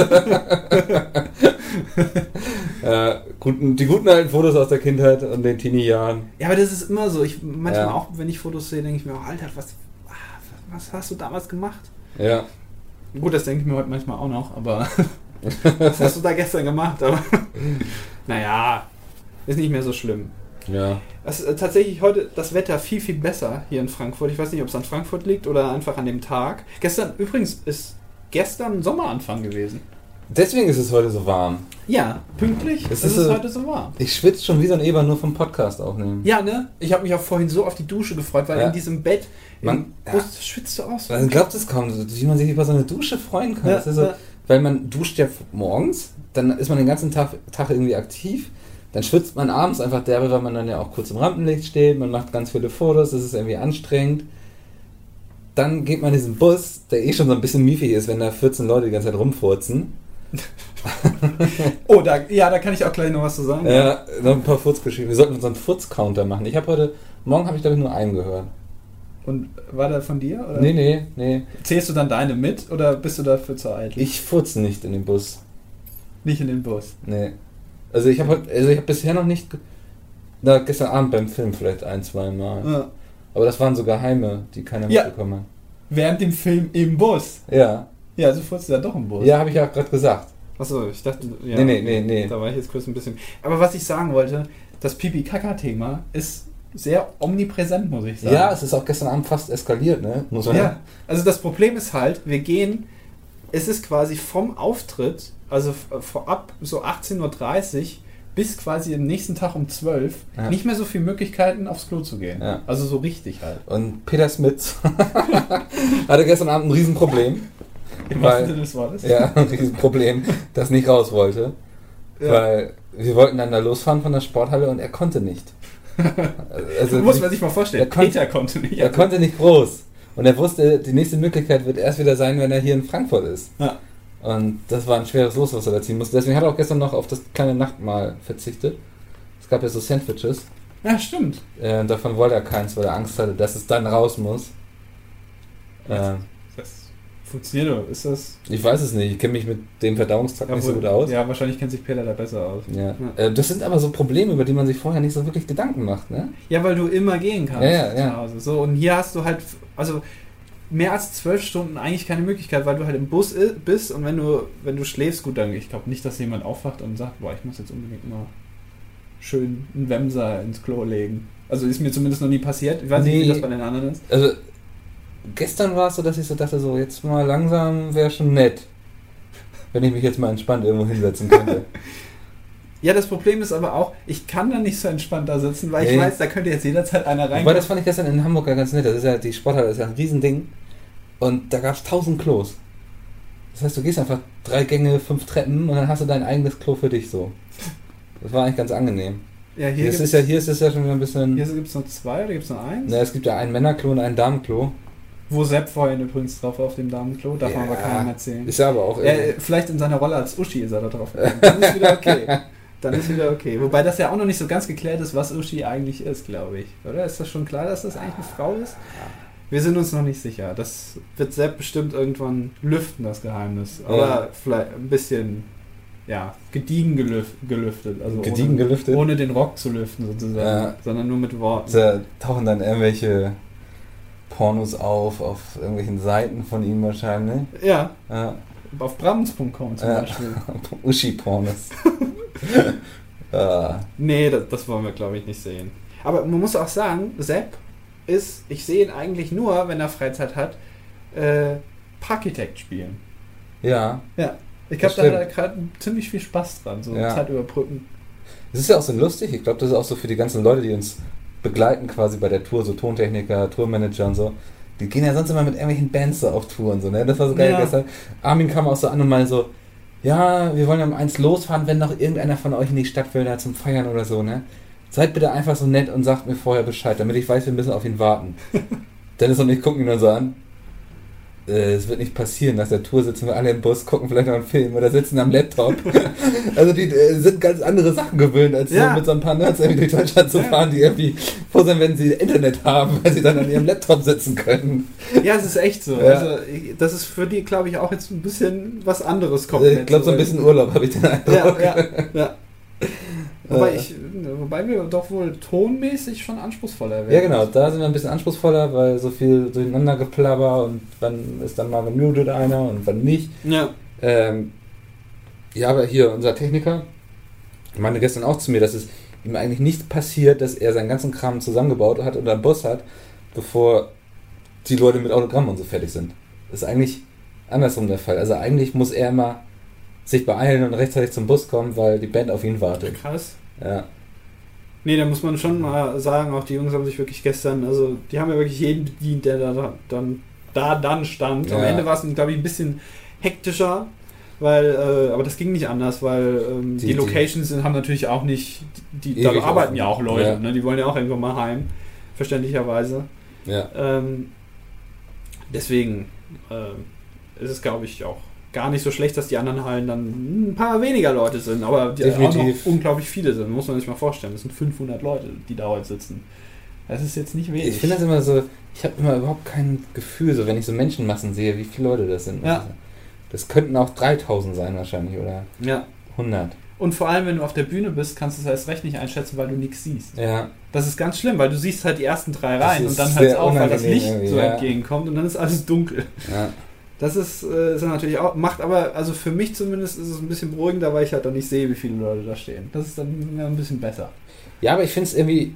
äh, guten, die guten alten Fotos aus der Kindheit und den Teenie-Jahren. Ja, aber das ist immer so. Ich, manchmal Ja. auch, wenn ich Fotos sehe, denke ich mir, auch, Alter, was, ah, was hast du damals gemacht? Ja. Gut, das denke ich mir heute manchmal auch noch, aber was hast du da gestern gemacht? Aber naja, ist nicht mehr so schlimm. Ja. Es ist äh, tatsächlich heute das Wetter viel, viel besser hier in Frankfurt. Ich weiß nicht, ob es an Frankfurt liegt oder einfach an dem Tag. Gestern, übrigens, ist gestern Sommeranfang gewesen. Deswegen ist es heute so warm. Ja, pünktlich. Es Es ist ist, so- heute so warm. Ich schwitze schon wie so ein Eber nur vom Podcast aufnehmen. Ja, ne? Ich habe mich auch vorhin so auf die Dusche gefreut, weil Ja. in diesem Bett im Man- ja. Bus schwitzt du aus. Man glaubt es kaum, wie man sich über so eine Dusche freuen kann. Ja, das ist so, ja. Weil man duscht ja morgens, dann ist man den ganzen Tag, Tag irgendwie aktiv, dann schwitzt man abends einfach derbe, weil man dann ja auch kurz im Rampenlicht steht, man macht ganz viele Fotos, das ist irgendwie anstrengend. Dann geht man in diesen Bus, der eh schon so ein bisschen miefig ist, wenn da 14 Leute die ganze Zeit rumfurzen. Oh, da, ja, da kann ich auch gleich noch was zu sagen. Ja, Äh, noch ein paar Furzgeschichten. Wir sollten unseren Furz-Counter machen. Ich habe heute, morgen habe ich glaube ich nur einen gehört. Und war der von dir? Oder? Nee, nee, nee. Zählst du dann deine mit oder bist du dafür zu eitel? Ich furze nicht in den Bus. Nicht in den Bus. Nee. Also ich habe also ich hab bisher noch nicht. ge- Na, gestern Abend beim Film vielleicht ein, zwei Mal. Ja. Aber das waren so Geheime, die keiner Mhm. Ja. mitbekommen Während dem Film im Bus. hat. Ja. Ja, also furzt du dann doch im Bus. Ja, habe ich ja auch gerade gesagt. Achso, ich dachte. Ja, Nee, nee, nee, nee. Da war ich jetzt kurz ein bisschen. Aber was ich sagen wollte, das Pipi-Kaka-Thema ist sehr omnipräsent, muss ich sagen. Ja, es ist auch gestern Abend fast eskaliert, ne? Muss man Ja, also das Problem ist halt, wir gehen, es ist quasi vom Auftritt, also f- vorab so 18.30 Uhr bis quasi am nächsten Tag um 12 Uhr Ja. nicht mehr so viele Möglichkeiten aufs Klo zu gehen. Ja. Also so richtig halt. Und Peter Smith hatte gestern Abend ein Riesenproblem. Im Weil- wahrsten Sinne des Wortes. Ja, ein Riesenproblem, das nicht raus wollte. Ja. Weil wir wollten dann da losfahren von der Sporthalle und er konnte nicht. Also, Muss man sich mal vorstellen, Der kon- Peter konnte nicht. Er konnte nicht groß. Und er wusste, die nächste Möglichkeit wird erst wieder sein, wenn er hier in Frankfurt ist. Ja. Und das war ein schweres Los, was er da ziehen musste. Deswegen hat er auch gestern noch auf das kleine Nachtmahl verzichtet. Es gab ja so Sandwiches. ja, stimmt. Äh, davon wollte er keins, weil er Angst hatte, dass es dann raus muss. Äh, Das funktioniert doch. Ist das. ich weiß es nicht. Ich kenne mich mit dem Verdauungstrakt nicht so gut aus. ja, wahrscheinlich kennt sich Peter da besser aus. Ja. Äh, das sind aber so Probleme, über die man sich vorher nicht so wirklich Gedanken macht. Ne? Ja, weil du immer gehen kannst Ja, ja, ja. zu Hause. So, und hier hast du halt, also mehr als zwölf Stunden eigentlich keine Möglichkeit, weil du halt im Bus i- bist und wenn du, wenn du schläfst, gut, dann ich glaube nicht, dass jemand aufwacht und sagt, boah, ich muss jetzt unbedingt mal schön einen Wemser ins Klo legen. Also ist mir zumindest noch nie passiert. Ich weiß nicht, Nee. wie das bei den anderen ist. Also, gestern war es so, dass ich so dachte, so jetzt mal langsam wäre schon nett, wenn ich mich jetzt mal entspannt irgendwo hinsetzen könnte. Ja, das Problem ist aber auch, ich kann da nicht so entspannt da sitzen, weil Nee. ich weiß, da könnte jetzt jederzeit einer Wobei, rein. das fand ich gestern in Hamburg ja ganz nett. Das ist ja, die Sporthalle ist ja ein Riesending. Und da gab es tausend Klos. Das heißt, du gehst einfach drei Gänge, fünf Treppen und dann hast du dein eigenes Klo für dich so. Das war eigentlich ganz angenehm. Ja, hier Hier, gibt ist, es ja, hier ist es ja schon wieder ein bisschen. noch zwei oder gibt es noch eins? Na, es gibt ja ein Männerklo und ein Damenklo. Wo Sepp vorhin übrigens drauf war auf dem Damenklo, darf man Ja. aber keinem erzählen. Ist ja aber auch. Äh, vielleicht in seiner Rolle als Uschi ist er da drauf. gekommen. Dann ist wieder okay. Dann ist wieder okay. Wobei das ja auch noch nicht so ganz geklärt ist, was Uschi eigentlich ist, glaube ich. Oder? Ist das schon klar, dass das eigentlich eine Ah. Frau ist? Wir sind uns noch nicht sicher. Das wird Sepp bestimmt irgendwann lüften, das Geheimnis. Aber Ja. vielleicht ein bisschen, ja, gediegen gelüf gelüftet. Also gediegen gelüftet. ohne, ohne den Rock zu lüften sozusagen, Ja. sondern nur mit Worten. Da tauchen dann irgendwelche Pornos auf, auf irgendwelchen Seiten von ihm wahrscheinlich. Ja, Ja. auf brams.com zum Ja. Beispiel. Uschi-Pornos. ah. Nee, das, das wollen wir, glaube ich, nicht sehen. Aber man muss auch sagen, Sepp ist, ich sehe ihn eigentlich nur, wenn er Freizeit hat, äh, Parkitect spielen. Ja. Ich Das glaube, da hat er stimmt. gerade ziemlich viel Spaß dran, so Ja. Zeit überbrücken. Es ist ja auch so lustig. Ich glaube, das ist auch so für die ganzen Leute, die uns begleiten quasi bei der Tour, so Tontechniker, Tourmanager und so. Die gehen ja sonst immer mit irgendwelchen Bands so auf Touren so, ne? Das war so geil Ja. gestern. Armin kam auch so an und meinte so, ja, wir wollen um eins losfahren, wenn noch irgendeiner von euch in die Stadt will, da zum Feiern oder so, ne? Seid bitte einfach so nett und sagt mir vorher Bescheid, damit ich weiß, wir müssen auf ihn warten. Dennis und ich gucken ihn dann so an. äh, es wird nicht passieren, nach der Tour sitzen wir alle im Bus, gucken vielleicht noch einen Film oder sitzen am Laptop. also die äh, sind ganz andere Sachen gewöhnt, als Ja. so mit so ein paar Nerds irgendwie durch Deutschland zu Ja. fahren, die irgendwie froh sind, wenn sie Internet haben, weil sie dann an ihrem Laptop sitzen können. Ja, es ist echt so. Ja. Also, ich- das ist für die, glaube ich, auch jetzt ein bisschen was anderes Also komplett. ich glaube, so ein bisschen Urlaub habe ich den Eindruck. Ja, ja, ja. Wobei, Äh. ich, wobei wir doch wohl tonmäßig schon anspruchsvoller werden. Ja, genau, da sind wir ein bisschen anspruchsvoller, weil so viel durcheinander geplapper und wann ist dann mal gemutet einer und wann nicht. Ja. Ähm, ja, aber hier, unser Techniker meinte gestern auch zu mir, dass es ihm eigentlich nicht passiert, dass er seinen ganzen Kram zusammengebaut hat oder einen Boss hat, bevor die Leute mit Autogramm und so fertig sind. Das ist eigentlich andersrum der Fall. Also eigentlich muss er immer sich beeilen und rechtzeitig zum Bus kommen, weil die Band auf ihn wartet. Krass. Ja, Nee, da muss man schon mal sagen, auch die Jungs haben sich wirklich gestern, also die haben ja wirklich jeden bedient, der da- da dann, da dann stand. Am Ja. Ende war es, glaube ich, ein bisschen hektischer, weil, äh, aber das ging nicht anders, weil ähm, die, Die- die- Locations sind, haben natürlich auch nicht, die, die da Ewig arbeiten offen. ja auch Leute, Ja. Ne? die wollen ja auch irgendwann mal heim, verständlicherweise. ja. Ähm, deswegen äh, ist es, glaube ich, auch gar nicht so schlecht, dass die anderen Hallen dann ein paar weniger Leute sind, aber die auch noch Definitiv. unglaublich viele sind. Muss man sich mal vorstellen. Das sind 500 Leute, die da heute sitzen. Das ist jetzt nicht wenig. Ich finde das immer so, ich habe immer überhaupt kein Gefühl, so wenn ich so Menschenmassen sehe, wie viele Leute das sind. Also, Ja. Das könnten auch 3000 sein wahrscheinlich oder ja. 100. Und vor allem, wenn du auf der Bühne bist, kannst du es erst recht nicht einschätzen, weil du nichts siehst. Ja, Das ist ganz schlimm, weil du siehst halt die ersten drei Das Reihen ist und dann hört es sehr auf, weil das unangenehm Licht irgendwie, so ja. entgegenkommt und dann ist alles dunkel. ja. Das ist, äh, ist dann natürlich auch, macht aber, also für mich zumindest ist es ein bisschen beruhigender, weil ich halt dann nicht sehe, wie viele Leute da stehen. Das ist dann ja, ein bisschen besser. Ja, aber ich finde es irgendwie.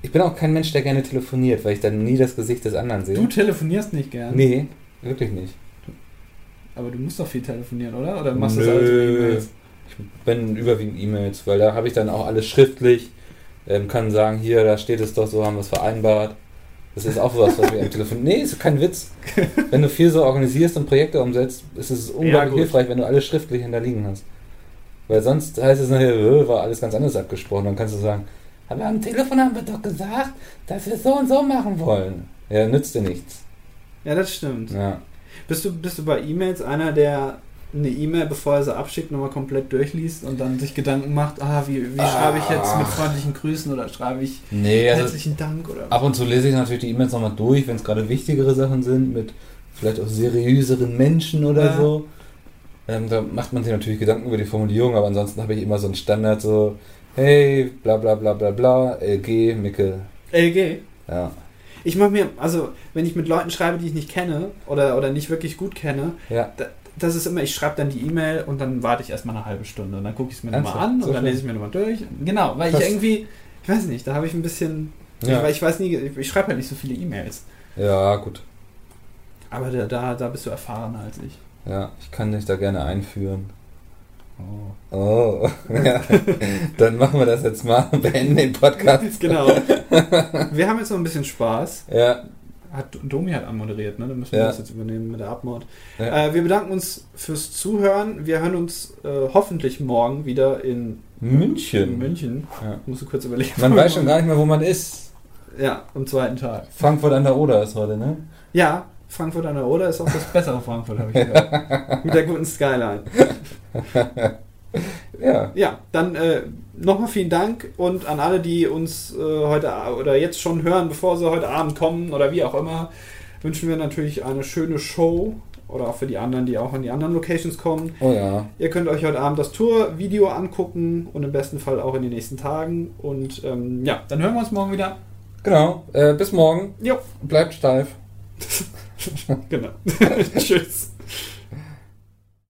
Ich bin auch kein Mensch, der gerne telefoniert, weil ich dann nie das Gesicht des anderen sehe. Du telefonierst nicht gern, Nee, wirklich nicht. aber du musst doch viel telefonieren, oder? Oder machst du das Nö. alles über E-Mails? Wenn überwiegend E-Mails, weil da habe ich dann auch alles schriftlich. Ähm, kann sagen, hier, da steht es doch, so haben wir es vereinbart. Das ist auch was, was wir am Telefon. Nee, ist kein Witz. Wenn du viel so organisierst und Projekte umsetzt, ist es unglaublich gut. hilfreich, wenn du alles schriftlich hinterliegen hast. Weil sonst heißt es nachher, äh, war alles ganz anders abgesprochen. Dann kannst du sagen, aber am Telefon haben wir doch gesagt, dass wir es so und so machen wollen. Ja, nützt dir nichts. Ja, das stimmt. Ja. Bist, du, bist du bei E-Mails einer, der eine E-Mail, bevor er sie abschickt, nochmal komplett durchliest und dann sich Gedanken macht, ah, wie, wie schreibe ich jetzt mit freundlichen Grüßen oder schreibe ich Nee, Ah. also herzlichen Dank oder Ab und zu lese ich natürlich die E-Mails nochmal durch, wenn es gerade wichtigere Sachen sind, mit vielleicht auch seriöseren Menschen oder Ja. so. Ähm, da macht man sich natürlich Gedanken über die Formulierung, aber ansonsten habe ich immer so einen Standard so, hey, bla bla bla bla bla, LG, Mickel. LG. Ja. Ich mache mir, also wenn ich mit Leuten schreibe, die ich nicht kenne oder, oder nicht wirklich gut kenne, Ja. da, das ist immer, ich schreibe dann die E-Mail und dann warte ich erstmal eine halbe Stunde und dann gucke ich es mir nochmal Ernsthaft? an So und dann schlimm? lese ich mir nochmal durch. Genau, weil ich Krass. irgendwie, ich weiß nicht, da habe ich ein bisschen, ich, weil ich weiß nie, ich, ich schreibe halt nicht so viele E-Mails. ja, gut. Aber da, da, da bist du erfahrener als ich. Ja, ich kann dich da gerne einführen. Oh, ja. Dann machen wir das jetzt mal, beenden den Podcast. Genau. Wir haben jetzt noch ein bisschen Spaß. Ja, Hat, Domi hat anmoderiert, ne? Dann müssen wir Ja. das jetzt übernehmen mit der Abmord. ja. Äh, wir bedanken uns fürs Zuhören. Wir hören uns äh, hoffentlich morgen wieder in In München. München. Ja. Musst du kurz überlegen. Man weiß schon gar nicht mehr, wo man ist. Ja, am zweiten Tag. Frankfurt an der Oder ist heute, ne? Ja, Frankfurt an der Oder ist auch das bessere Frankfurt, habe ich gehört. Mit der guten Skyline. Ja. Ja, dann äh, nochmal vielen Dank und an alle, die uns äh, heute a- oder jetzt schon hören, bevor sie heute Abend kommen oder wie auch immer, wünschen wir natürlich eine schöne Show. Oder auch für die anderen, die auch an die anderen Locations kommen. Oh ja. Ihr könnt euch heute Abend das Tour-Video angucken und im besten Fall auch in den nächsten Tagen. Und ähm, ja, dann hören wir uns morgen wieder. Genau. Äh, bis morgen. Jo, Bleibt steif. genau. Tschüss.